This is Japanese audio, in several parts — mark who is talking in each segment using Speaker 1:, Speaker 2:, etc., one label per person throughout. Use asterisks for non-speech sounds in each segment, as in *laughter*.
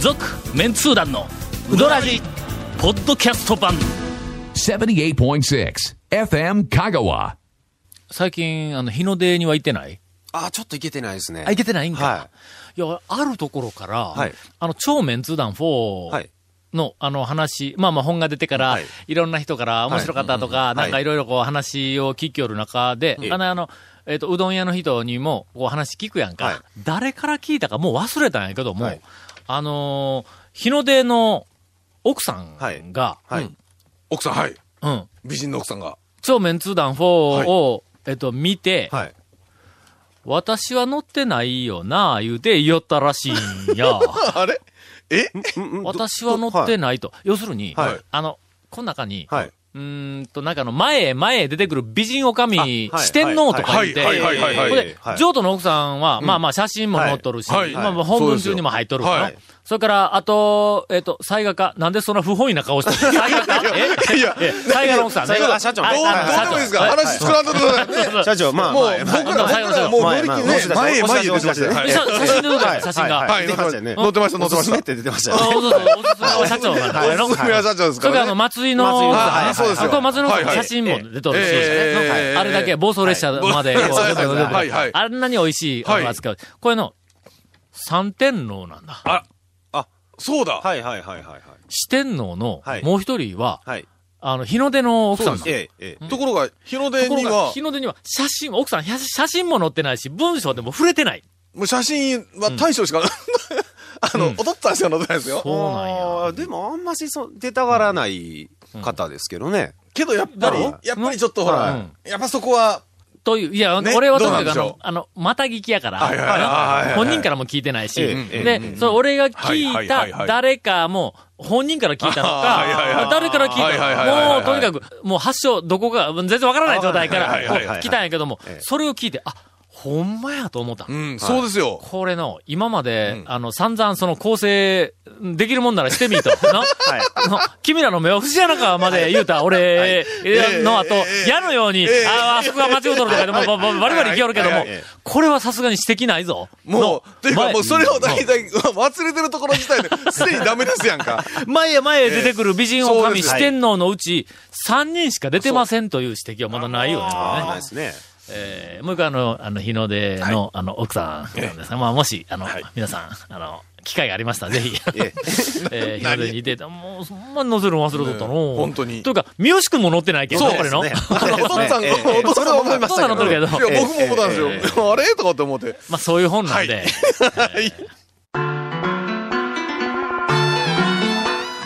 Speaker 1: 続メンツー団のウドラジポッドキャスト版
Speaker 2: 78.6 FM Kagawa.
Speaker 1: 最近あの日の出には行ってない
Speaker 3: あー、ちょっといけてないですね。
Speaker 1: あ行けてないんか、、
Speaker 3: はい
Speaker 1: やあるところから、
Speaker 3: はい
Speaker 1: あの超メンツー団4、
Speaker 3: はい。
Speaker 1: の、あの話、まあまあ本が出てから、
Speaker 3: はいい、
Speaker 1: ろんな人から面白かったとか、
Speaker 3: い
Speaker 1: なんかいろいろこう話を聞きよる中で、
Speaker 3: ええ
Speaker 1: あの、あの、えっ、と、うどん屋の人にもこう話聞くやんか、
Speaker 3: はい
Speaker 1: 誰から聞いたかもう忘れたんやけども、
Speaker 3: はい
Speaker 1: あのー日の出の奥さんが、
Speaker 3: はい。
Speaker 4: 奥さん、はい。
Speaker 1: うん、
Speaker 4: 美人の奥さんが。
Speaker 1: 超メンツー団4を、えっ、と、見て、
Speaker 3: はい。
Speaker 1: 私は乗ってないよな、言うて言おったらしいんや。
Speaker 4: あれえ
Speaker 1: 私は乗って
Speaker 3: い。
Speaker 1: ないと。要するに、
Speaker 3: はい
Speaker 1: あの、この中に、
Speaker 3: はい。
Speaker 1: うーんと、なんかあの、前へ前へ出てくる美人女将、
Speaker 3: はい
Speaker 1: 四天王とか言って、
Speaker 4: はいはいはいはい
Speaker 1: ほんで
Speaker 3: は、い
Speaker 1: 譲渡の奥さんは、まあまあ写真も載っとるし、
Speaker 4: はい
Speaker 1: まあまあ本文中にも入っとるかな
Speaker 4: はい
Speaker 1: それから、あと、えっ、と、西賀か、なんでそんな不本意な顔してる西賀かえ
Speaker 4: いや
Speaker 1: え西賀の奥さんね。
Speaker 3: 西賀が社長
Speaker 1: あ
Speaker 4: どう
Speaker 1: あ
Speaker 4: どうでもいいですか話作らんとってくださいね。
Speaker 3: 社長、まあ、
Speaker 4: もう、
Speaker 3: 前へ前へ
Speaker 4: 僕ら、
Speaker 1: はい
Speaker 4: 僕らもう乗り切
Speaker 3: 前へ
Speaker 4: ね
Speaker 3: 前へ
Speaker 4: 前へ前へ出て
Speaker 3: 押
Speaker 4: ま
Speaker 3: し
Speaker 4: し
Speaker 3: 出
Speaker 4: た
Speaker 3: して押し出して
Speaker 4: よはい
Speaker 1: 写写真でどう
Speaker 3: は
Speaker 1: か、
Speaker 3: い
Speaker 1: 写真
Speaker 3: は
Speaker 1: が。
Speaker 4: はい、
Speaker 3: 出
Speaker 4: 乗
Speaker 3: て
Speaker 4: っ
Speaker 3: ましよ
Speaker 4: てましたたよ
Speaker 3: ね
Speaker 4: ね。乗ってました、乗ってま
Speaker 3: おすすめ
Speaker 4: し
Speaker 3: って出てました
Speaker 1: あ
Speaker 3: よ
Speaker 1: おそうそうお
Speaker 3: ね。
Speaker 1: そうそうお社長なん
Speaker 4: た。
Speaker 1: だ
Speaker 3: *laughs*
Speaker 1: よな
Speaker 4: おすすめは社長です
Speaker 1: そ
Speaker 4: か
Speaker 1: れかららあの、
Speaker 4: ね。
Speaker 1: 松井の、
Speaker 3: 松井の
Speaker 1: あ
Speaker 3: はい
Speaker 1: そうですよ
Speaker 3: はい
Speaker 1: あと松井の
Speaker 4: はいはい
Speaker 1: 写真も出とるし、なん
Speaker 4: ええ
Speaker 1: かあれだけ暴走列車まで、
Speaker 4: はい
Speaker 1: こう
Speaker 4: はい
Speaker 1: 出てくる
Speaker 4: はいはい
Speaker 1: あんなに美味しいあ
Speaker 4: はい
Speaker 1: の扱う。これの、三天王なんだ。
Speaker 4: あ、あ、そうだ。
Speaker 3: はいはいはいはいはい。
Speaker 1: 四天王の
Speaker 3: は、い
Speaker 1: もう一人は、
Speaker 3: はい。
Speaker 1: あの、日の出の奥さんなんだ。
Speaker 3: ええ、ええ。
Speaker 4: ところが、日の出
Speaker 1: とこ
Speaker 4: に
Speaker 1: ろが、
Speaker 4: は
Speaker 1: 日、の出には写真、奥さん、写写真も載ってないし、文章でも触れてない。
Speaker 4: もう写真は大将しか、あの、おとっつぁんしか載ってないですよ。
Speaker 1: そうなんや。
Speaker 3: あーでも、あんまし、そう、出たがらない方ですけどね。
Speaker 4: けど、やっぱり
Speaker 3: だろ、
Speaker 4: やっぱりちょっとほら
Speaker 1: うん、
Speaker 4: やっぱそこは、
Speaker 1: という、いや、
Speaker 4: ね
Speaker 1: 俺はと
Speaker 4: どう
Speaker 1: にか
Speaker 4: なんで
Speaker 1: くあ
Speaker 4: しょ
Speaker 1: の、
Speaker 4: う
Speaker 1: あの、また聞きやから、
Speaker 4: はいはいはいはいはい
Speaker 1: 本人からも聞いてないし、
Speaker 3: ええ
Speaker 1: で、それ俺が聞
Speaker 4: はいい
Speaker 1: た
Speaker 4: はいはい
Speaker 1: 誰かも、本人から聞いたの
Speaker 4: はいはいは
Speaker 1: か
Speaker 4: い、
Speaker 1: 誰から聞い
Speaker 4: はいはい
Speaker 1: た
Speaker 4: はいはい
Speaker 1: の
Speaker 4: は
Speaker 1: か、
Speaker 4: い
Speaker 1: もうとにかく、もう発症、どこか、全然わからない状態から
Speaker 4: はいはいはいはい
Speaker 1: こう来たんやけども
Speaker 3: え、え
Speaker 1: それを聞いて、あ、ほんまやと思った
Speaker 4: う。ん、そうですよ。
Speaker 1: これの、今まで
Speaker 4: う、ん
Speaker 1: あの、散々その構成、できるもんならしてみ
Speaker 4: *laughs*
Speaker 1: と。な
Speaker 3: はい。
Speaker 1: の君らの目を藤谷中まで言うた、
Speaker 4: *laughs*
Speaker 1: 俺えーの後
Speaker 4: え、え
Speaker 1: 矢のように、
Speaker 4: ええ
Speaker 1: あーあそこが間違うとるとかでも、ばばバリバリ聞きよるけども
Speaker 3: はいはいはい、
Speaker 1: これはさすがに指摘ないぞ。
Speaker 4: もう、というか、
Speaker 1: 前
Speaker 4: もうそれを大体、忘れてるところ自体ですでにダメですやんか。
Speaker 1: 前へ前へ出てくる美人女
Speaker 4: そう
Speaker 1: 将
Speaker 4: です
Speaker 1: 四天王のうち、3人しか出てませんという指摘はまだないよね。
Speaker 3: あーないですね。
Speaker 1: えーもう一回あの、あの、日の出の、あの、奥さんなんですが、まあ、もし、あの、皆さん、あの、機会がありましたら、
Speaker 4: *laughs*
Speaker 1: ぜひ、
Speaker 3: え
Speaker 1: *laughs* えー日の出にいて、もう、そんなに乗せるの忘れとったの。
Speaker 4: ね本当に
Speaker 1: というか、三好君も乗ってないけどね、これの。 *laughs*
Speaker 3: ね
Speaker 4: お父さん、
Speaker 3: ええ
Speaker 4: お父
Speaker 3: それ
Speaker 4: さ
Speaker 3: は
Speaker 4: んも
Speaker 3: 思いまし
Speaker 1: お父さ
Speaker 3: たけ
Speaker 1: んの時は
Speaker 3: ど。
Speaker 1: どう
Speaker 4: いや、僕も思ったんですよ。
Speaker 1: え
Speaker 4: あれとかって思って。
Speaker 1: まあ、そういう本なんで。
Speaker 4: はい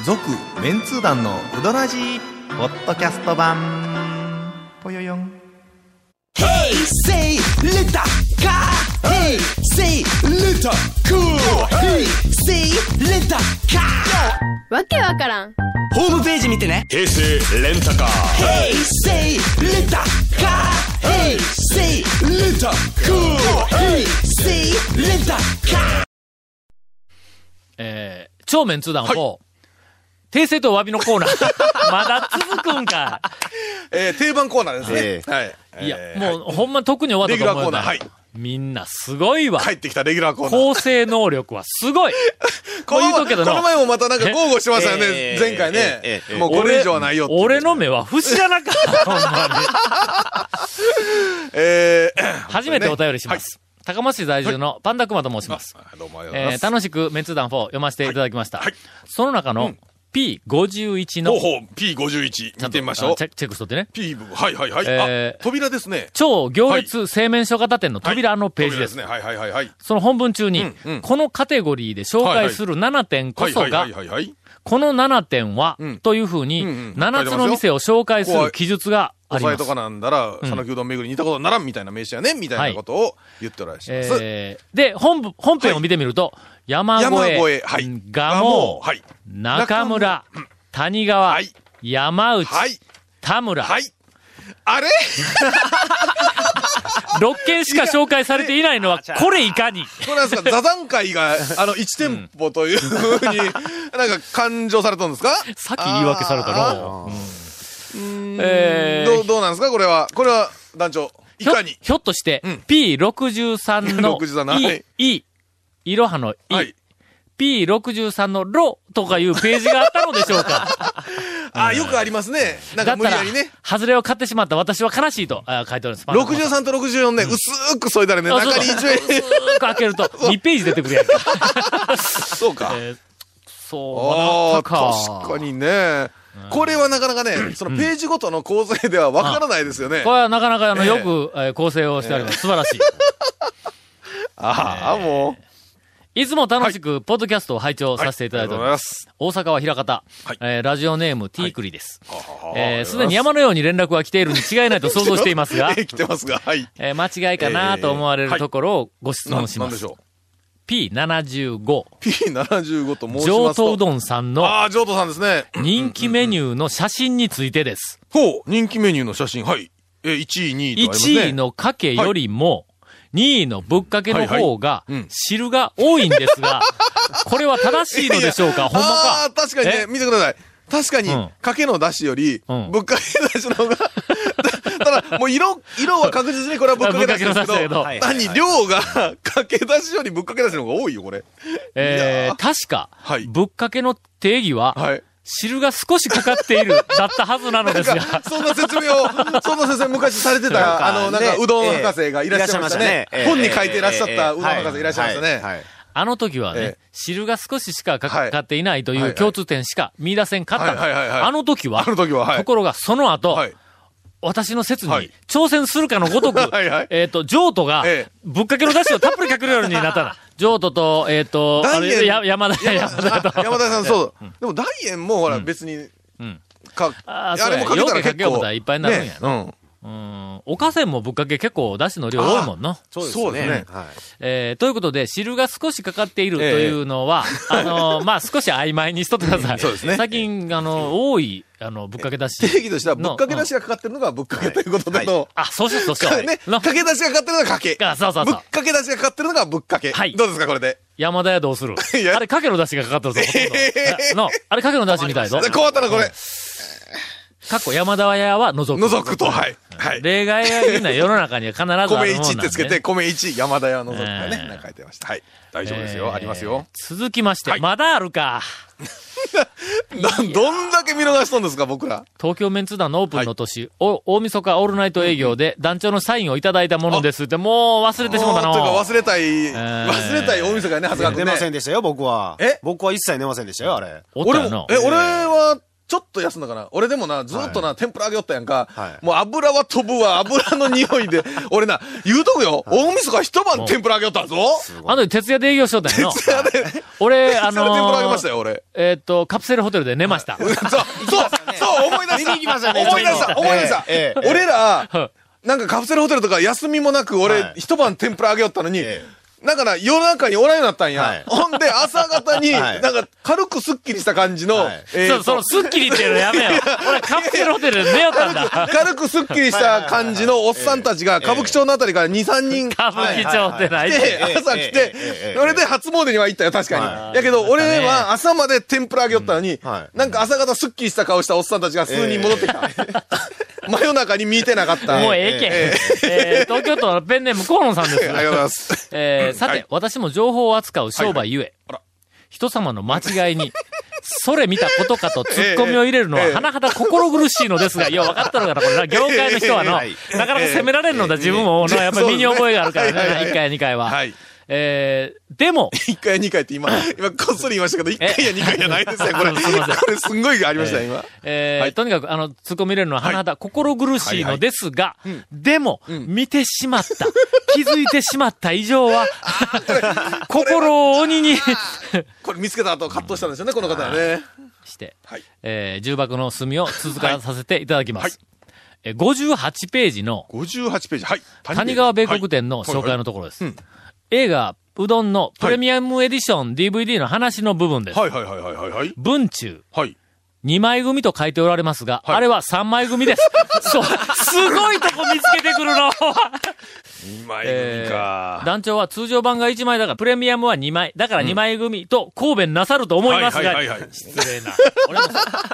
Speaker 5: 続メンツー団のウドラジーポッドキャスト版ぽよよん
Speaker 6: Say little car. Hey, say little cool. Hey, say little car.
Speaker 7: わけわからん
Speaker 6: ホームページ見てね。
Speaker 8: 平成レンタカー
Speaker 6: Hey, say little car. Hey, say little cool. Hey, say little car.
Speaker 1: えー、超面通談4、訂正とお詫びのコーナ
Speaker 4: *laughs*
Speaker 1: ー。まだ続くんか。
Speaker 4: えー、定番コーナーで
Speaker 3: え
Speaker 4: すね。はい。 *laughs*
Speaker 1: いや、
Speaker 4: えー
Speaker 1: もう、ほんま特に終わったと思うよ、ね。
Speaker 4: レギュラーコーナ
Speaker 1: みんなすごいわ。
Speaker 4: 帰ってきたレギュラーコーナー。
Speaker 1: 構成能力はすごい。こう言うとくけど
Speaker 4: こ
Speaker 1: な
Speaker 4: の前もまたなんか豪語してましたよ
Speaker 3: え
Speaker 4: ね
Speaker 3: え、
Speaker 4: 前回
Speaker 3: え
Speaker 4: ね
Speaker 3: えええ。
Speaker 4: もう *laughs* これ以上はないよって
Speaker 1: 俺の目は節じゃなかった。ほん
Speaker 4: *laughs*
Speaker 1: まに
Speaker 4: えー、
Speaker 1: 初めてお便りします。高松市在住のパンダクマと申します。
Speaker 4: あどうもありがとうござい
Speaker 1: え
Speaker 4: ま
Speaker 1: ー
Speaker 4: す。
Speaker 1: 楽しくメンツー団4読ませていただきました。
Speaker 4: はいはい
Speaker 1: その中の P51 の、
Speaker 4: ほうほう、P51 見てみましょう
Speaker 1: チ。ェチェックしとってね。
Speaker 4: P、はいはいはい。
Speaker 1: えー
Speaker 4: あ、扉ですね。
Speaker 1: 超行列製麺所型店の
Speaker 4: はい
Speaker 1: 扉のページ
Speaker 4: 扉
Speaker 1: です。
Speaker 4: ね。はいはいはいはい。
Speaker 1: その本文中に、
Speaker 4: うんうん
Speaker 1: このカテゴリーで紹介する7点こ
Speaker 4: はい
Speaker 1: そ
Speaker 4: はい
Speaker 1: が
Speaker 4: はい、はいはい。
Speaker 1: この7点は、
Speaker 4: うん
Speaker 1: というふう
Speaker 4: うん
Speaker 1: に、
Speaker 4: うん
Speaker 1: 7つの店を紹介する記述があ
Speaker 4: お
Speaker 1: り
Speaker 4: さ
Speaker 1: ま
Speaker 4: え
Speaker 1: す
Speaker 4: と。かなんだら、
Speaker 1: ん
Speaker 4: 佐野牛丼巡りに似たことにならんみたいな名詞やね、みたいなことを言ってらっしゃいます。
Speaker 1: えーで、本部、本編を見てみると、山越
Speaker 4: 山
Speaker 1: え、
Speaker 4: 越え、はい。
Speaker 1: 蒲生、
Speaker 4: はい。
Speaker 1: 中村、谷川、
Speaker 4: はい
Speaker 1: 山内、
Speaker 4: はい。
Speaker 1: 田村、
Speaker 4: はい。あれ
Speaker 1: 6件しか紹介されていないのは、これいかに。
Speaker 4: これなんですか、座談会
Speaker 1: *laughs*
Speaker 4: が、あの、1店舗というふうに、なんか、勘定されたんですか
Speaker 1: さっき言い訳されたの。うんえー
Speaker 4: どう、どうなんですかこれは。これは、団長。い
Speaker 1: ひょ
Speaker 4: かに。
Speaker 1: ひょっとして、
Speaker 4: ん
Speaker 1: P63 の
Speaker 4: *laughs* 63はい
Speaker 1: い、い、いろはのい、
Speaker 4: はい。
Speaker 1: P63 のロとかいうページがあったのでしょうか
Speaker 4: あ、よくありますね。 *laughs* なん
Speaker 1: だ
Speaker 4: か
Speaker 1: っ
Speaker 4: 無
Speaker 1: た
Speaker 4: 理
Speaker 1: ら
Speaker 4: やりね。、
Speaker 1: 外れを買ってしまった私は悲しいとあ書いております。 *laughs*
Speaker 4: 63と64ね、薄く添えたらね、
Speaker 1: あそう
Speaker 4: 中
Speaker 1: *laughs* そう
Speaker 4: に一面。
Speaker 1: 薄く開けると、2ページ出てくるやんか。
Speaker 4: そうか。
Speaker 1: えーそう、
Speaker 4: あ
Speaker 1: ま
Speaker 4: あ、
Speaker 1: だか。
Speaker 4: 確かにね。これはなかな
Speaker 1: *clears throat*
Speaker 4: かね、そのページごとの構成ではわからないですよね
Speaker 1: こ。れはなかなかあの、
Speaker 4: ええ
Speaker 1: よく、えー構成をしております。素晴らしい。
Speaker 4: *laughs* ああ、もう。
Speaker 1: いつも楽しく、ポッドキャストを拝聴させていただいております。
Speaker 4: す。
Speaker 1: 大阪は平方、
Speaker 4: はい
Speaker 1: えーラジオネーム T クリです。
Speaker 4: あ
Speaker 1: えーすでに山のように連絡は来ているに違いないと想像していますが
Speaker 4: *laughs* え、来てますが、はい。
Speaker 1: えー間違いかなと思われ
Speaker 4: えーは
Speaker 1: る
Speaker 4: い
Speaker 1: ところをご質問し
Speaker 4: な
Speaker 1: ま
Speaker 4: んですし。ょ
Speaker 1: P75、
Speaker 4: う。P75 と申し
Speaker 1: 上
Speaker 4: ます
Speaker 1: 等う
Speaker 4: と。
Speaker 1: どんさんの
Speaker 4: ああ、上等さんですね。
Speaker 1: 人気メニューの写真についてです。
Speaker 4: ほう、人気メニューの写真、はい。え、1位、2位とありますね。
Speaker 1: 1位のかけよりも、2位のぶっかけの方が
Speaker 4: はいはいうん、
Speaker 1: 汁が多いんですが、
Speaker 4: *laughs*
Speaker 1: これは正しいのでしょうかほんま
Speaker 4: ああ
Speaker 1: か
Speaker 4: ー、確かにね
Speaker 1: え、
Speaker 4: 見てください。確かに
Speaker 1: うん、
Speaker 4: かけの出汁より、
Speaker 1: うん
Speaker 4: ぶっかけ出汁の方が、 *laughs* たただ、もう色、色は確実にこれはぶっかけ出汁ですけど、
Speaker 1: ぶっかけ
Speaker 4: 単に量が、かけ出汁よりぶっかけ出汁の方が多いよ、これ。い
Speaker 1: え
Speaker 4: や
Speaker 1: ー
Speaker 4: ー
Speaker 1: 確か
Speaker 4: はい、
Speaker 1: ぶっかけの定義は、
Speaker 4: はい。
Speaker 1: 汁が少しかかっている、だったはずなの
Speaker 4: な
Speaker 1: で
Speaker 4: ん
Speaker 1: す
Speaker 4: *laughs*
Speaker 1: が。
Speaker 4: か、そんな説明を、そんな説明昔されてた、あの、なんか、うどん博士がいらっしゃいましたね。
Speaker 3: ええいらっしゃいましたねええ
Speaker 4: 本に書いていらっしゃったうどん博士いらっしゃいまし
Speaker 3: は
Speaker 4: たね。
Speaker 3: はいはい
Speaker 1: あの時はね、
Speaker 4: ええ
Speaker 1: 汁が少ししかか
Speaker 4: は
Speaker 1: か
Speaker 4: い
Speaker 1: かっていないと
Speaker 4: はい
Speaker 1: い
Speaker 4: は
Speaker 1: う
Speaker 4: い
Speaker 1: 共通点しか見出せんかったの。
Speaker 4: はいはいはいはい
Speaker 1: あの時は、
Speaker 4: あの時ははい
Speaker 1: ところがその後、
Speaker 4: はい。
Speaker 1: 私の説に
Speaker 4: はい
Speaker 1: 挑戦するかのごとく、
Speaker 4: はいはい
Speaker 1: えっ、と、譲渡が
Speaker 4: ええ、
Speaker 1: ぶっかけの出汁をたっぷりかけるようになっ
Speaker 4: *laughs*
Speaker 1: たな。譲渡と、えっ、と、あ
Speaker 4: 断言
Speaker 1: れや *laughs* 山田、山田と。
Speaker 4: *laughs* 山田さん、そう。でも、大円も、ほら、別に
Speaker 1: ん、
Speaker 4: か、
Speaker 1: あ
Speaker 4: あ
Speaker 1: ーそうや
Speaker 4: れもかけた
Speaker 1: よう
Speaker 4: ら
Speaker 1: けか
Speaker 4: 結
Speaker 1: けよう思った
Speaker 4: 構
Speaker 1: らいっぱいになるんや
Speaker 4: ねうん。
Speaker 1: うん。おかせんもぶっかけ結構出汁の量多いもんな。
Speaker 4: そうですね。
Speaker 3: はい。
Speaker 1: えーということで、汁が少しかかっているというの
Speaker 4: *laughs*
Speaker 1: は、あのーまあ、少し曖昧にしとってください。
Speaker 4: そうですね
Speaker 1: 最近、あの、多い、あの、ぶっかけだし。
Speaker 4: 定義としては、ぶっかけ出
Speaker 1: し。
Speaker 4: しがかかってるのがぶっかけということでの、
Speaker 1: あ、そうしよう、そうしよう。
Speaker 4: *laughs* ね、
Speaker 1: の
Speaker 4: かけ出しがかかってるのがかけ。
Speaker 1: あそうそうそう
Speaker 4: ぶっかけ出しがかかってるのがぶっかけ。
Speaker 1: はい
Speaker 4: どうですか、これで。
Speaker 1: 山田屋どうする
Speaker 4: いや
Speaker 1: あれ、かけの出汁がかかってるぞ、
Speaker 4: *laughs*
Speaker 1: ほとんど。の、あれ、かけの出汁みたいぞ。
Speaker 4: でこうあったらこれ、
Speaker 1: かっこ山田屋は除く。
Speaker 4: 覗くと、はい。はい。
Speaker 1: 例外がみんな世の中には必ずあるもんなん
Speaker 4: 米
Speaker 1: で。
Speaker 4: 1ってつけて、米1、山田屋覗くとかね、
Speaker 1: えー
Speaker 4: なんか書いてました。はい。大
Speaker 1: えー、
Speaker 4: 丈夫ですよ、ありますよ。
Speaker 1: 続きまして、
Speaker 4: はい
Speaker 1: まだあるか。
Speaker 4: などんだけ見逃しとんですか、僕ら。
Speaker 1: 東京メンツ団のオープンの年、お大晦日オールナイト営業で団長のサインをいただいたものですって、もう忘れてしまったな。
Speaker 4: あーというか、忘れたい、
Speaker 1: ー
Speaker 4: 忘れたい大晦日やね、長谷川
Speaker 3: 出
Speaker 4: 君ね
Speaker 3: ませんでしたよ、僕は。
Speaker 4: え
Speaker 3: 僕は一切出ませんでした
Speaker 4: *laughs*
Speaker 3: よ、あれ。
Speaker 1: おった
Speaker 4: 俺
Speaker 1: よな
Speaker 4: も、え、俺は、ちょっと休んだかな。俺でもな、ずっとな、天ぷら揚げよったやんか。
Speaker 3: はい
Speaker 4: もう油は
Speaker 3: *laughs*
Speaker 4: 飛ぶわ、油の匂いで。俺な、言うとくよ、大晦日一晩天ぷら揚げよったぞ。
Speaker 1: あの時徹夜で営業しとったんやの。
Speaker 4: いやね
Speaker 1: 俺、あ
Speaker 4: あの
Speaker 1: の
Speaker 4: 天ぷら揚げました
Speaker 1: ー、
Speaker 4: よ、俺。
Speaker 1: えーっと、カプセルホテルで寝ました。
Speaker 4: *laughs* そう、そう、そう、思い出した。
Speaker 3: 見に行きましたね
Speaker 4: 思い出した、
Speaker 3: ちょっ
Speaker 4: 思
Speaker 3: と
Speaker 4: い出した。
Speaker 3: ええええ
Speaker 4: 俺
Speaker 1: うん
Speaker 3: *laughs*
Speaker 4: ら、なんかカプセルホテルとか休みもなく、
Speaker 3: は
Speaker 4: 俺
Speaker 3: い、
Speaker 4: 一晩天ぷら揚げよったのに
Speaker 3: え、
Speaker 4: だから夜中におらんようになったん
Speaker 3: は
Speaker 4: や
Speaker 3: い。
Speaker 4: ほんで、朝方
Speaker 3: *laughs*
Speaker 4: に、
Speaker 3: はい
Speaker 4: なんか軽くスッキリした感じの
Speaker 3: はい、
Speaker 4: えー
Speaker 1: そう、その、スッキリっていうのやめよ。俺、カプセルホテルで寝よったんだ。
Speaker 4: *laughs* 軽くスッキリした感じのおっさんたちが、歌舞伎町のあたりから2、3人来
Speaker 1: 歌舞伎町でない
Speaker 4: て、
Speaker 3: ええ
Speaker 4: *laughs* 朝来
Speaker 3: ええ
Speaker 4: て
Speaker 3: え、え
Speaker 4: それで初詣には行ったよ、確か
Speaker 1: はい
Speaker 4: に。やけど、俺は朝まで天ぷら揚げよったのに
Speaker 3: んは、い
Speaker 4: なんか朝方スッキリした顔したおっさんたちが数人戻ってきた。 *laughs* 真夜中に見てなかった。
Speaker 1: もうええけん。えー東京都のペンネーム河野さんで
Speaker 4: ええあ
Speaker 1: す
Speaker 4: りが。とうございます。
Speaker 1: えーさ
Speaker 4: は
Speaker 1: て
Speaker 4: い、
Speaker 1: 私も情報を扱う商売ゆえ
Speaker 4: あら、
Speaker 1: 人様の間違いに、それ見たことかとツッコミを入れるのは、
Speaker 4: ええ
Speaker 1: 甚だ心苦しいのですが、よう分かったのかな、これな、業界の人はの、な
Speaker 3: ええ
Speaker 1: かなか責められるのだ、自分も、なやっぱり身に覚えがあるから
Speaker 4: そうですねはいはいは
Speaker 1: ね、
Speaker 4: い
Speaker 1: 1回、2回は。
Speaker 4: はい。
Speaker 1: えーでも、
Speaker 4: 1回や2回っ
Speaker 1: *laughs*
Speaker 4: て今、今こっそり言いましたけど、1回や2回じゃないですね、これ。
Speaker 1: あすいません
Speaker 4: これすんごいありましたよ、今。
Speaker 1: えー
Speaker 4: はい
Speaker 1: とにかく、あの、突っ込み入れるのは鼻だ、心苦しいのですが、でも、見てしまった、 *laughs* 気づいてしまった以上
Speaker 4: *laughs*
Speaker 1: は、心を鬼に
Speaker 4: これ見つけた後、カットしたんですよね、この方はね。
Speaker 1: *laughs* して、
Speaker 4: はい
Speaker 1: えー重箱の隅を続かさせていただきます。えー58ページの
Speaker 4: 58ページ。はい。
Speaker 1: 谷川米国店の
Speaker 4: はい
Speaker 1: 紹介のところです。映画、うどんのプレミアムエディション DVD の話の部分です。
Speaker 4: はいはいはいはいはいはい。
Speaker 1: 文中。
Speaker 4: はい。
Speaker 1: 2枚組と書いておられますが、
Speaker 4: はい
Speaker 1: あれは3枚組です。そう、すごいとこ見つけてくるの。
Speaker 4: 二枚組か
Speaker 1: 団長は通常版が1枚だから、プレミアムは2枚。だから2枚組と抗弁なさると思いますが、
Speaker 4: はいはいはいはい
Speaker 1: 失礼な。俺も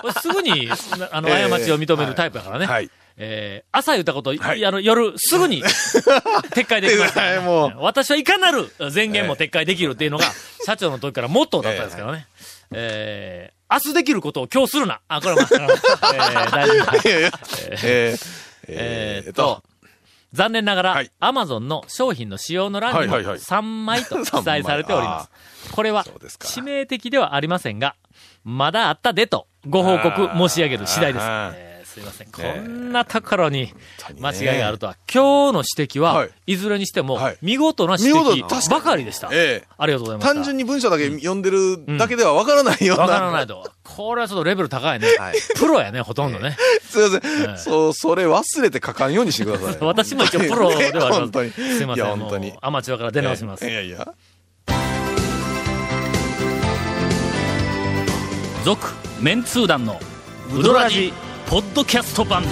Speaker 1: 俺すぐ
Speaker 4: *laughs*
Speaker 1: に、なあの、
Speaker 4: えー
Speaker 1: 過ちを認めるタイプだからね。
Speaker 4: はい。
Speaker 1: えー朝言ったこと、
Speaker 4: はい
Speaker 1: あの夜、すぐに撤回できましたか
Speaker 4: *laughs*
Speaker 1: らね、
Speaker 4: はいもう
Speaker 1: 私はいかなる前言も撤回できるっていうの
Speaker 4: *laughs*
Speaker 1: が、社長の時からモットーだったんですけどね。えー明日できることを今日するな。あ、これ *laughs* は、あのえー大丈夫はい
Speaker 4: いやいや。えー
Speaker 1: えーっ
Speaker 4: っと
Speaker 1: と、、残念ながら
Speaker 4: はい、
Speaker 1: アマゾンの商品の使用の欄にも
Speaker 4: はいはいはい
Speaker 1: 3枚
Speaker 4: *laughs*
Speaker 1: と記載されております。これは
Speaker 4: そうです、か
Speaker 1: 致命的ではありませんが、まだあったでと、ご報告申し上げる次第です。
Speaker 4: あー
Speaker 1: えーすいません。こんなところに
Speaker 4: に
Speaker 1: 間
Speaker 4: ね
Speaker 1: 違いがあるとは、今日の指摘は
Speaker 4: はい、
Speaker 1: いずれにしても
Speaker 4: はい、
Speaker 1: 見事な指
Speaker 4: 見事確か
Speaker 1: 摘
Speaker 4: に
Speaker 1: ばかりでした。あり
Speaker 4: ええ
Speaker 1: がとうございました。
Speaker 4: 単純に文章だけ読んでるだけではわからないような。
Speaker 1: わからないと。これはちょっとレベル高いね。プロやね、ほとんどね。。
Speaker 4: すいません。そう、それ忘れて書かんようにしてください
Speaker 1: 私も一応プロではあり
Speaker 4: 本
Speaker 1: ま
Speaker 4: 当
Speaker 1: す。
Speaker 4: に
Speaker 1: すいません。
Speaker 4: いや本当に
Speaker 1: もうアマチュアから出直します。
Speaker 4: いやいや。
Speaker 1: 続メンツー団のウドラジポッドキャスト版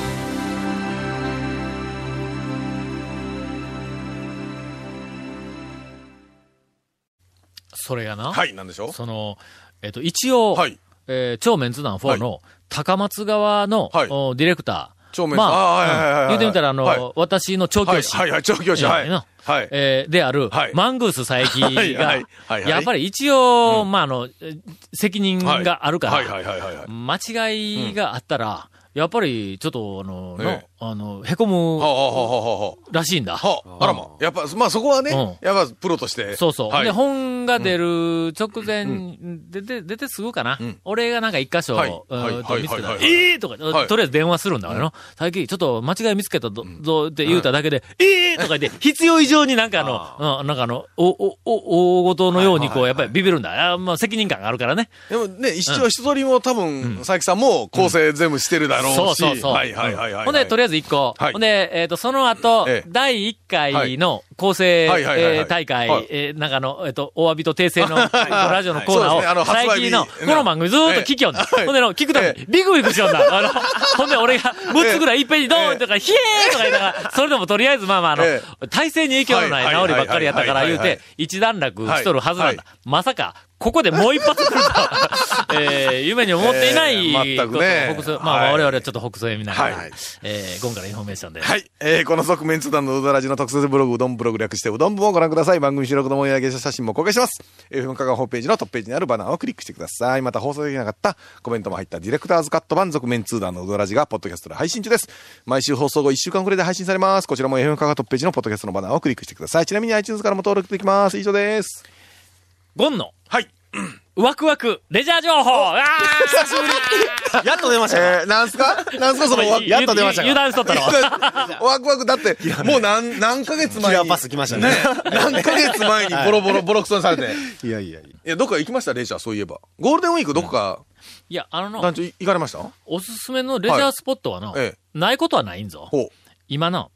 Speaker 1: それがな、
Speaker 4: はい、なんでしょ
Speaker 1: その、えっと、一応、
Speaker 4: はい
Speaker 1: えー超メンツー団4の高松側の、
Speaker 4: はい
Speaker 1: おディレクター、
Speaker 4: 超面
Speaker 1: ま
Speaker 4: はいはいはい
Speaker 1: あ、
Speaker 4: は
Speaker 1: う
Speaker 4: い。
Speaker 1: ん言うてみたら、あの、
Speaker 4: はい
Speaker 1: 私の調
Speaker 4: は
Speaker 1: 教
Speaker 4: い
Speaker 1: 師、
Speaker 4: はいはい、調教師。は
Speaker 1: え
Speaker 4: い。
Speaker 1: えな
Speaker 4: はい。
Speaker 1: えーである、
Speaker 4: はい
Speaker 1: マングース佐伯が、
Speaker 4: はいはいはいはい
Speaker 1: やっぱり一応、まあ、あの、え責任
Speaker 4: はい
Speaker 1: があるから、
Speaker 4: はいはいはいはいはい。
Speaker 1: 間違いがあったら、やっぱり、ちょっと、あの、の
Speaker 4: ええ
Speaker 1: あの、へこむ
Speaker 4: はあはあはあはあは
Speaker 1: らしいんだ。
Speaker 4: あはあ。あらま。やっぱ、まあそこはね
Speaker 1: うん、
Speaker 4: やっぱプロとして。
Speaker 1: そうそう。
Speaker 4: はい
Speaker 1: で、本が出る直前、でで出てすぐかな、
Speaker 4: ん
Speaker 1: 俺がなんか一箇所、
Speaker 4: は
Speaker 1: う
Speaker 4: い
Speaker 1: ん
Speaker 4: はい
Speaker 1: 見つけたら、
Speaker 4: はいはいはい
Speaker 1: ええーとか、
Speaker 4: はい
Speaker 1: とりあえず電話するんだからの。最近、ちょっと間違い見つけたぞ、ぞって言うただけで、ええーとか言
Speaker 4: *laughs*
Speaker 1: って、必要以上になんかあの、うん、なんかあの、お、お、お、大ごとのようにこう、やっぱりビビるんだ。あまあ、責任感があるからね。
Speaker 4: でもね、一応一通りも多分、佐伯さんも構成全部してるだろうし。
Speaker 1: そうそうそう。
Speaker 4: はいはいはいはいはい。
Speaker 1: ほんで、とりあえず1個。
Speaker 4: はい
Speaker 1: ほんで、えっ、と、その後、
Speaker 4: ええ
Speaker 1: 第1回の構成、
Speaker 4: はいはいはいはい
Speaker 1: えー大会、
Speaker 4: はい
Speaker 1: えーなんかあの、えっ、と、お詫びと訂正の、
Speaker 4: *laughs*
Speaker 1: ラジオのコーナー
Speaker 4: そう
Speaker 1: を、
Speaker 4: ですねあの発売
Speaker 1: 最
Speaker 4: 日
Speaker 1: 近の、この番組ずーっと聞きよんだ。
Speaker 4: ええ
Speaker 1: ほんでの、聞くたび
Speaker 4: え
Speaker 1: に、ビクビクしよんだ。あの、ほんで、
Speaker 4: *laughs*
Speaker 1: 俺が、6つぐらいいっぺんにドーンとか、ヒエーとか言いながら、それでもとりあえず、まあまあ、あの、
Speaker 4: え
Speaker 1: 体制に影響のない治りばっかりやったから
Speaker 4: はい
Speaker 1: 言
Speaker 4: は
Speaker 1: う
Speaker 4: いはいはい
Speaker 1: て、一段落しとるはずなんだ。
Speaker 4: は
Speaker 1: まさか、ここでもう一発来るとは、 *laughs* えー夢にも思っていない、
Speaker 4: えー全くね
Speaker 1: ことを北総まあ、
Speaker 4: はい
Speaker 1: 我々はちょっと北総見ながら、
Speaker 4: はい
Speaker 1: えー、ゴンからインフォメーションで。
Speaker 4: はい。えー、この側面通談のうどらじの特設ブログ、うどんブログ略してうどん部をご覧ください。番組収録の模様や芸者写真も公開してます。FM 香川ホームページのトップページにあるバナーをクリックしてください。また放送できなかったコメントも入ったディレクターズカット版続面通談のうどらじがポッドキャストで配信中です。毎週放送後1週間くらいで配信されます。こちらも FM 香川トップページのポッドキャストのバナーをクリックしてください。ちなみに iTunes からも登録できます。以上です。
Speaker 1: ゴンの、
Speaker 4: はい。
Speaker 1: ワクワク、レジャー情報あー
Speaker 5: やっと出ました
Speaker 4: えー、なんすかなんすか *laughs* その、わ
Speaker 1: ゆゆ油断しとったろ。
Speaker 4: *laughs* ワクワクだって、もう何、何ヶ月前
Speaker 5: キラー
Speaker 4: に
Speaker 5: パ。ス来ました
Speaker 4: ね
Speaker 5: ね。
Speaker 4: 何ヶ月前にボロボロボロクソにされて。
Speaker 5: いやいやいや。
Speaker 4: いや、どっか行きました、レジャー、そういえば。ゴールデンウィーク、どこか、
Speaker 1: いや、あのな、
Speaker 4: 団長、い行かれました
Speaker 1: おすすめのレジャースポットはな、
Speaker 4: え
Speaker 1: ないことはないんぞ。
Speaker 4: ほう。
Speaker 1: 今の、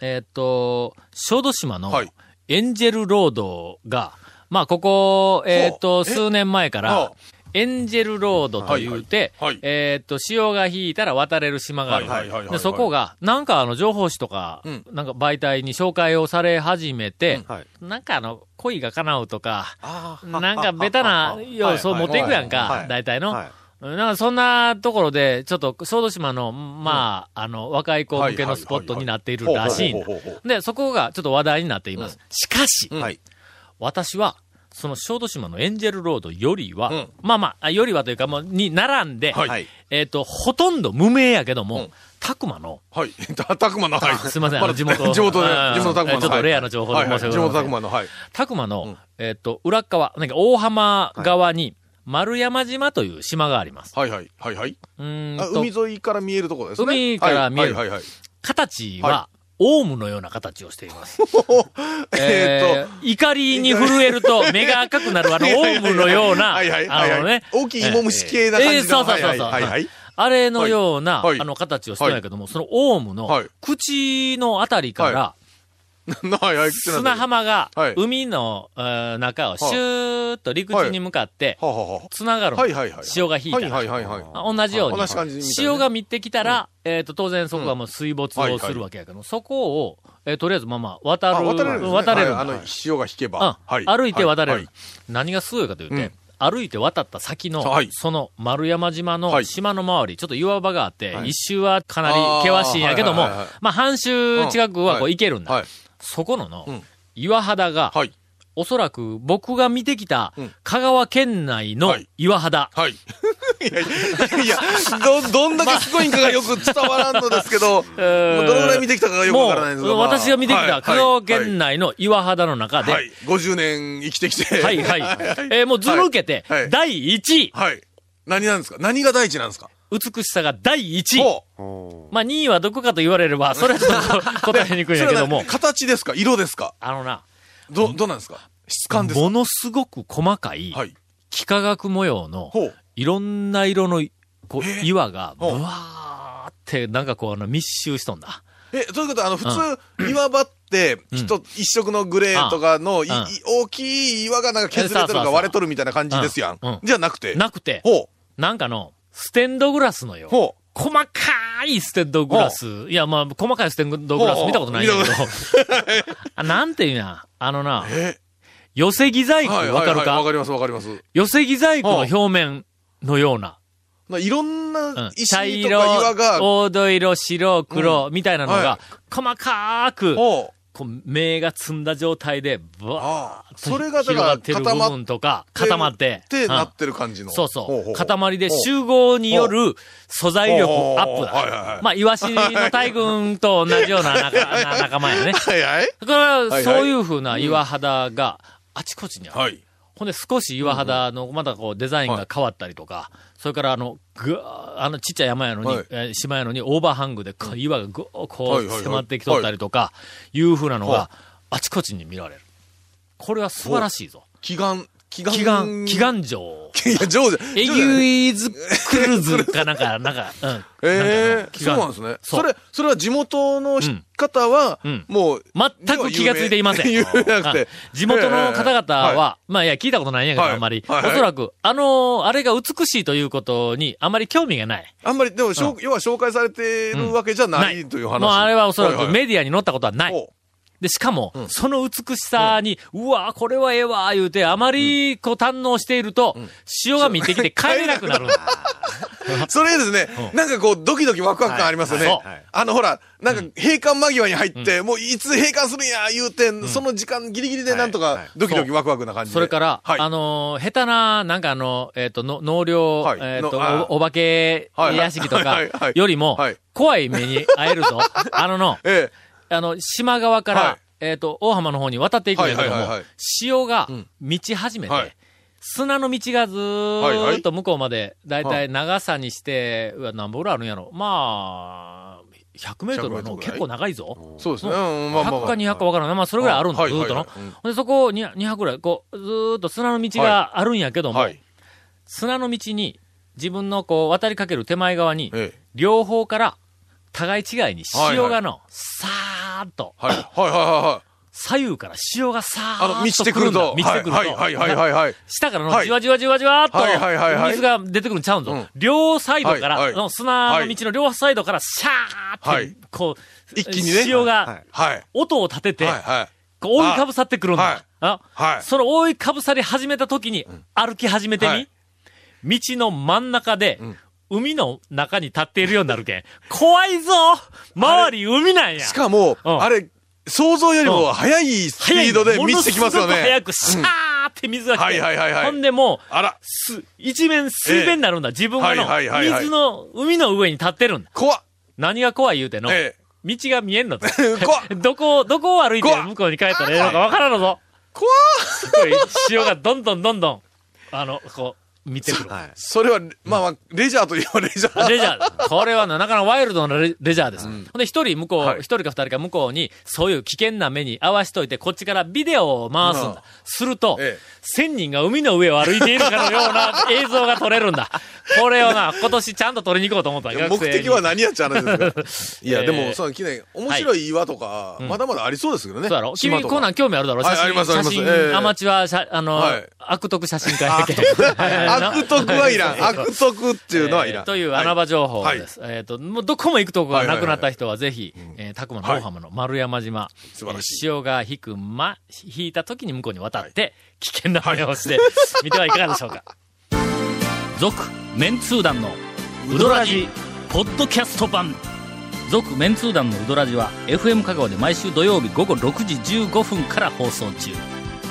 Speaker 1: えーっと、小豆島の
Speaker 4: はい
Speaker 1: エンジェルロードが、まあ、ここ、えーっと、
Speaker 4: ほうえ
Speaker 1: 数年前か
Speaker 4: は
Speaker 1: ら
Speaker 4: あ、
Speaker 1: エンジェルロードと言うて、
Speaker 4: はいはいはい
Speaker 1: えーっと、潮が引いたら渡れる島がある。
Speaker 4: はいはいはいはいはい
Speaker 1: でそこが、なんかあの、情報誌とか、
Speaker 4: うん
Speaker 1: なんか媒体に紹介をされ始めて、
Speaker 5: はい
Speaker 1: なんかあの、恋が叶うと
Speaker 4: *laughs*
Speaker 1: か、
Speaker 5: あー
Speaker 1: なんかベタな要素を持っていくやんか、大体の。
Speaker 5: はい
Speaker 1: なんかそんなところで、ちょっと小豆島の、まあ、あの、若い子向けのスポットになっているらしいんだ
Speaker 4: ほうほうほうほうほ
Speaker 1: で、そこがちょっと話題になっています。しかし、
Speaker 4: はい
Speaker 1: 私は、その小豆島のエンジェルロードよりは、
Speaker 4: うん
Speaker 1: まあまあ、よりはというか、もう、に並んで、
Speaker 4: はい
Speaker 1: えっ、と、ほとんど無名やけども、
Speaker 4: うん
Speaker 1: たくまの、
Speaker 4: はい。 *laughs* た、たくまの、はい。
Speaker 1: すいませんあの地元
Speaker 4: *laughs* 地元で、
Speaker 1: うん
Speaker 4: 地元のたくまの。
Speaker 1: ちょっと
Speaker 4: はい
Speaker 1: レアな情報で申し訳ございません
Speaker 4: はいはい地元のたくまの、はい。
Speaker 1: たくまの、えっ、と、裏っ側、なんか大浜側に、丸山島という島があります。
Speaker 4: はいはい、はいはい。
Speaker 1: うーん
Speaker 4: あ
Speaker 1: と
Speaker 4: 海沿いから見えるところですね。
Speaker 1: 海から見える
Speaker 4: はいはいはいはい。
Speaker 1: 形は、
Speaker 4: は
Speaker 1: オウムのような形をしてい
Speaker 4: *laughs*
Speaker 1: ます。
Speaker 4: えーっと。
Speaker 1: ー怒りに震えると目が赤くな
Speaker 4: *laughs*
Speaker 1: るあの、オウムのような、あ
Speaker 4: はいはいはいはい
Speaker 1: のね、
Speaker 4: 大きい芋虫系な感じの
Speaker 1: えーえーそうそうそうそう
Speaker 4: はいはいはいはい
Speaker 1: あれのような、
Speaker 4: はいはい
Speaker 1: あの形をしてるんやけども、そのオウムの
Speaker 4: はい
Speaker 1: 口のあたりから、
Speaker 4: *laughs* ない、はい、来てな
Speaker 1: 砂
Speaker 4: い。は
Speaker 1: 浜が
Speaker 4: はい
Speaker 1: 海のえー中をシューッと陸地に向かって
Speaker 4: あ、はあはあ
Speaker 1: つながるの
Speaker 4: はいはいはい。
Speaker 1: 潮が引いた
Speaker 4: はい
Speaker 1: ら
Speaker 4: はいはいはい。
Speaker 1: あ同じように。
Speaker 4: 同じ感じみたいなね
Speaker 1: 潮が見てきたら、えっ、と、当然そこはもう水没をするわけやけど、そこを、えーとりあえずまあまあ渡る。
Speaker 4: あ渡れるんですね。
Speaker 1: 渡れるんだ
Speaker 4: はいあの、潮が引けば。
Speaker 1: う
Speaker 4: は
Speaker 1: ん
Speaker 4: い。
Speaker 1: 歩いて渡れる。
Speaker 4: はい
Speaker 1: 何がすごいかというと、
Speaker 4: うん
Speaker 1: 歩いて渡った先の、
Speaker 4: はい
Speaker 1: その丸山島の
Speaker 4: はい
Speaker 1: 島の周り、ちょっと岩場があって、
Speaker 4: はい
Speaker 1: 一周はかなり険しいんやけども、
Speaker 4: あーはいはいはいはい
Speaker 1: まあ半周近くはこう
Speaker 4: うん
Speaker 1: 行けるんだ。
Speaker 4: はい。
Speaker 1: そこのの、
Speaker 4: うん
Speaker 1: 岩肌が、
Speaker 4: はい。
Speaker 1: おそらく僕が見てきた
Speaker 4: うん
Speaker 1: 香川県内の
Speaker 4: はい
Speaker 1: 岩肌。
Speaker 4: はい。いや、いや、ど、どんだけすごいんかがよく伝わらんのですけど、もうど
Speaker 1: えー
Speaker 4: のぐらい見てきたかがよくわからないんですが。
Speaker 1: もう
Speaker 4: まあ
Speaker 1: 私が見てき
Speaker 4: は
Speaker 1: た
Speaker 4: い
Speaker 1: 香川県内の岩肌の中で、
Speaker 4: は
Speaker 1: はい
Speaker 4: い。50年生きてきて。
Speaker 1: はい。えーもうずる受けて、
Speaker 4: はいはい
Speaker 1: 第1位、
Speaker 4: はい。何なんですか何が第一なんですか
Speaker 1: 美しさが第1位。
Speaker 4: ほう
Speaker 1: まあ2位はどこかと言われれば、それはちょっと答えにくいんやけど
Speaker 4: それは
Speaker 1: も
Speaker 4: 何、形ですか色ですか
Speaker 1: あのな、
Speaker 4: ど、どうなんですか質感です
Speaker 1: ものすごく細かい
Speaker 4: か、はい。
Speaker 1: 幾何学模様の、
Speaker 4: ほう。
Speaker 1: いろんな色のこ
Speaker 4: え
Speaker 1: う
Speaker 4: ー
Speaker 1: 岩が、ぶ
Speaker 4: ほう
Speaker 1: わーって、なんかこうあの密集しとんだ。
Speaker 4: え、ということは、あの、普通、岩場って、一、一色のグレーとかの、い、い
Speaker 1: うん
Speaker 4: 大きい岩がなんか削れて
Speaker 1: そう
Speaker 4: る
Speaker 1: そうそ
Speaker 4: か
Speaker 1: う
Speaker 4: 割れとるみたいな感じですやん。
Speaker 1: うんうん
Speaker 4: じゃなくて。
Speaker 1: なくて、
Speaker 4: ほ
Speaker 1: なんかの、ステンドグラスのよ
Speaker 4: う。。ほう。
Speaker 1: 細かいステンドグラス。いや、まあ、細かいステンドグラス見たことないんだけど。 *laughs* あなんていうんや。あのな、
Speaker 4: え
Speaker 1: 寄せ木細工、わかる
Speaker 4: わか
Speaker 1: か
Speaker 4: りますわかります。
Speaker 1: 寄せ木細工の表面のような。
Speaker 4: ないろん
Speaker 1: うん
Speaker 4: な石
Speaker 1: 茶
Speaker 4: と
Speaker 1: 色、
Speaker 4: か岩が、
Speaker 1: 黄土色、白、黒、みたいなのが
Speaker 4: は、
Speaker 1: 細かく、
Speaker 4: ほう。
Speaker 1: こう、目が積んだ状態で、ブワーッ
Speaker 4: ああ。
Speaker 1: と
Speaker 4: それがだ
Speaker 1: 広が
Speaker 4: か
Speaker 1: って
Speaker 4: ら
Speaker 1: る部
Speaker 4: 固まっ
Speaker 1: 分とか、固まって、
Speaker 4: て
Speaker 1: う
Speaker 4: なんってる感じの。
Speaker 1: そうそう。
Speaker 4: ほほほ
Speaker 1: 塊で
Speaker 4: ほう
Speaker 1: 集合による素材力アップ
Speaker 4: ほうはいはいは
Speaker 1: だ。
Speaker 4: い
Speaker 1: まあ、イワシの大群と同じような仲な仲間やね。
Speaker 4: はいはい。
Speaker 1: だから、
Speaker 4: はい
Speaker 1: そういう風な岩肌があちこちにある。
Speaker 4: はい。
Speaker 1: ほんで少し岩肌の、まだこうデザインが変わったりとか、それからあの、ぐわーあのちっちゃい山やのに、
Speaker 4: はい
Speaker 1: えー島やのにオーバーハングでこう岩がぐーこ
Speaker 4: はいは
Speaker 1: う
Speaker 4: いはい
Speaker 1: 迫ってきとったりとか、いう風なの
Speaker 4: は
Speaker 1: があちこちに見られる。これは素晴らしいぞ。
Speaker 4: 祈願、祈願。
Speaker 1: 祈願、祈。願城。
Speaker 4: いや、上手。
Speaker 1: エギ
Speaker 4: 上手
Speaker 1: ュイズクルーズかなんか、なんか、うん。なんか
Speaker 4: ええ
Speaker 1: 気
Speaker 4: そう
Speaker 1: が
Speaker 4: なんですね。
Speaker 1: そう
Speaker 4: それ、それは地元のひ方は
Speaker 1: うん、
Speaker 4: もう、
Speaker 1: 全く気がついていませ
Speaker 4: *laughs*
Speaker 1: ん。
Speaker 4: 有名有名なくて
Speaker 1: うん地元の方々
Speaker 4: ええは
Speaker 1: は、まあいや、聞いたことないんやけど、
Speaker 4: はい
Speaker 1: あんまり。お
Speaker 4: はいはい
Speaker 1: そらく、あの、あれが美しいということに、あんまり興味がない。
Speaker 4: あんまり、でも、しょう要は紹介されてるわけじゃないという話。
Speaker 1: もうあれはおそら
Speaker 4: い
Speaker 1: く
Speaker 4: い
Speaker 1: メディアに載ったことはない。
Speaker 4: お
Speaker 1: で、しかも、その美しさに、うわこれはええわ、言うて、あまり、こう、堪能していると、潮が見てきて帰れなくなるんだ。
Speaker 4: *laughs* それですね、なんかこう、ドキドキワクワク感ありますよね。
Speaker 1: はい
Speaker 4: あの、ほら、なんか、閉館間際に入って、もう、いつ閉館するんや、言うて、その時間ギリギリでなんとか、ドキドキワクワクな感じ
Speaker 1: *laughs*
Speaker 4: で。
Speaker 1: それから、
Speaker 4: はい。
Speaker 1: あのー下手な、なんかあの、えっ、と、の農業、
Speaker 4: はい
Speaker 1: えっ、と
Speaker 4: のあー
Speaker 1: お、お化け
Speaker 4: はい
Speaker 1: 屋敷とか
Speaker 4: はいはいはい
Speaker 1: よりも
Speaker 4: はい、
Speaker 1: 怖い目に会える
Speaker 4: *laughs*
Speaker 1: ぞ。あのの、
Speaker 4: え
Speaker 1: あの、島側から、
Speaker 4: はい
Speaker 1: えっ、と、大浜の方に渡っていくんだけども、
Speaker 4: はいはいはいはい
Speaker 1: 潮が満ち始めて、
Speaker 4: はい
Speaker 1: 砂の道がず
Speaker 4: はいは
Speaker 1: ーっ
Speaker 4: い
Speaker 1: と向こうまで、だいた
Speaker 4: はい
Speaker 1: 長さにして、うわ、何ボールあるんやろ。まあ、100メートルはの
Speaker 4: 100メートルぐらい
Speaker 1: 結構長いぞ。
Speaker 4: えそうですね。うん、まあまあまあ。
Speaker 1: 100か200か分からない。まあ、それぐらいあるんだ、
Speaker 4: はい
Speaker 1: ずーっとの
Speaker 4: はいはいうん。
Speaker 1: ほんで、そこを200 200ぐらい、こう、ずーっと砂の道があるんやけども、
Speaker 4: はい。
Speaker 1: 砂の道に、自分のこう、渡りかける手前側に、
Speaker 4: ええ。
Speaker 1: 両方から、互い違いに潮がの、さーっと、
Speaker 4: はい。はいはいはいはい。
Speaker 1: 左右から潮がさ
Speaker 4: あ
Speaker 1: ーっと
Speaker 4: の、満ちてくると。
Speaker 1: 満ちてくると。
Speaker 4: はいはいはいはいはい。
Speaker 1: 下からの
Speaker 4: はい
Speaker 1: じわじわじわじわーっ
Speaker 4: はいはいはい
Speaker 1: と
Speaker 4: はい
Speaker 1: 水が出てくるんちゃうんぞ。
Speaker 4: うん
Speaker 1: 両サイドから、
Speaker 4: はいはい
Speaker 1: の砂の道の両サイドからシャーって、
Speaker 4: はい
Speaker 1: こう、
Speaker 4: 一気にね
Speaker 1: 潮
Speaker 3: は
Speaker 1: が
Speaker 3: い
Speaker 4: はい。
Speaker 1: 音を立てて、
Speaker 4: はいはい。
Speaker 1: こう覆いかぶさってくるんだ。
Speaker 4: はい
Speaker 1: あ
Speaker 4: はい
Speaker 1: その覆いかぶさり始めた時に、歩き始めてみ、
Speaker 4: はい
Speaker 1: 道の真ん中で、海の中に立っているようになるけん。怖いぞ周り海なんや
Speaker 4: しかも、
Speaker 1: うん
Speaker 4: あれ、想像よりも速いスピードで満ちてきますよね。
Speaker 1: 早いものすごく早く、シャーって水が来て。
Speaker 4: はいはいはいはい
Speaker 1: ほんでもう、
Speaker 4: あら、
Speaker 1: す、一面水辺になるんだ。自分がの、
Speaker 4: はいはいはいはい
Speaker 1: 水の、海の上に立ってるんだ。
Speaker 4: 怖っ。
Speaker 1: 何が怖い言うての、
Speaker 4: え
Speaker 1: 道が見えんのと。
Speaker 4: え。 *laughs* 怖っ。
Speaker 1: *laughs* どこを、どこを歩いて
Speaker 4: 怖っ
Speaker 1: 向こうに帰ったらええのかわからんのぞ。
Speaker 4: 怖っ。
Speaker 1: すごい、潮がどんどんどんどん、あの、こう、見てくる。
Speaker 3: はい。
Speaker 4: それは、まあまあ、レジャーといえばレ *laughs* ジャー。
Speaker 1: レジャー。これはな、なかなかワイルドなレレジャーです。ほんで、一人向こう、一、
Speaker 4: はい
Speaker 1: 人か二人か向こうに、そういう危険な目に合わしといて、こっちからビデオを回すんだ。
Speaker 4: うん
Speaker 1: すると
Speaker 4: ええ、
Speaker 1: 千、人が海の上を歩いているかのような映像が撮れるん
Speaker 4: *laughs*
Speaker 1: だ。これをな、今年ちゃんと撮りに行こうと思った。
Speaker 4: 目
Speaker 1: 学生に
Speaker 4: 的は何やっちゃ話ですか *laughs* いや、で
Speaker 1: えー
Speaker 4: も、その記念、面白い岩とか、まだまだありそうですけどね。
Speaker 1: そうやろ
Speaker 4: 島
Speaker 1: 君、
Speaker 4: と
Speaker 1: こんなん興味あるだろ
Speaker 4: は
Speaker 1: 写
Speaker 4: いあり
Speaker 1: 真、
Speaker 4: ますあ
Speaker 1: 写
Speaker 4: ります
Speaker 1: 真、
Speaker 4: ええ
Speaker 1: アマチュア写、あの、
Speaker 4: はい
Speaker 1: 悪徳写真家やけど。 *laughs*
Speaker 4: *laughs* 悪徳はいらん。悪徳っていうのはいらん。
Speaker 1: という穴場情報
Speaker 4: はい
Speaker 1: です。えっ、と、もうどこも行くとこがなくなった人はぜひ、えー、たくまの大浜の丸山島、
Speaker 4: 素晴らし
Speaker 1: えー潮が引くま、引いた時に向こうに渡って、危険な目をして、見てはいかがでしょう
Speaker 4: *laughs*
Speaker 1: か。続、メンツー団の、ウドラジ、ポッドキャスト版。続、メンツー団のウドラジは、FM 香川で毎週土曜日午後6時15分から放送中。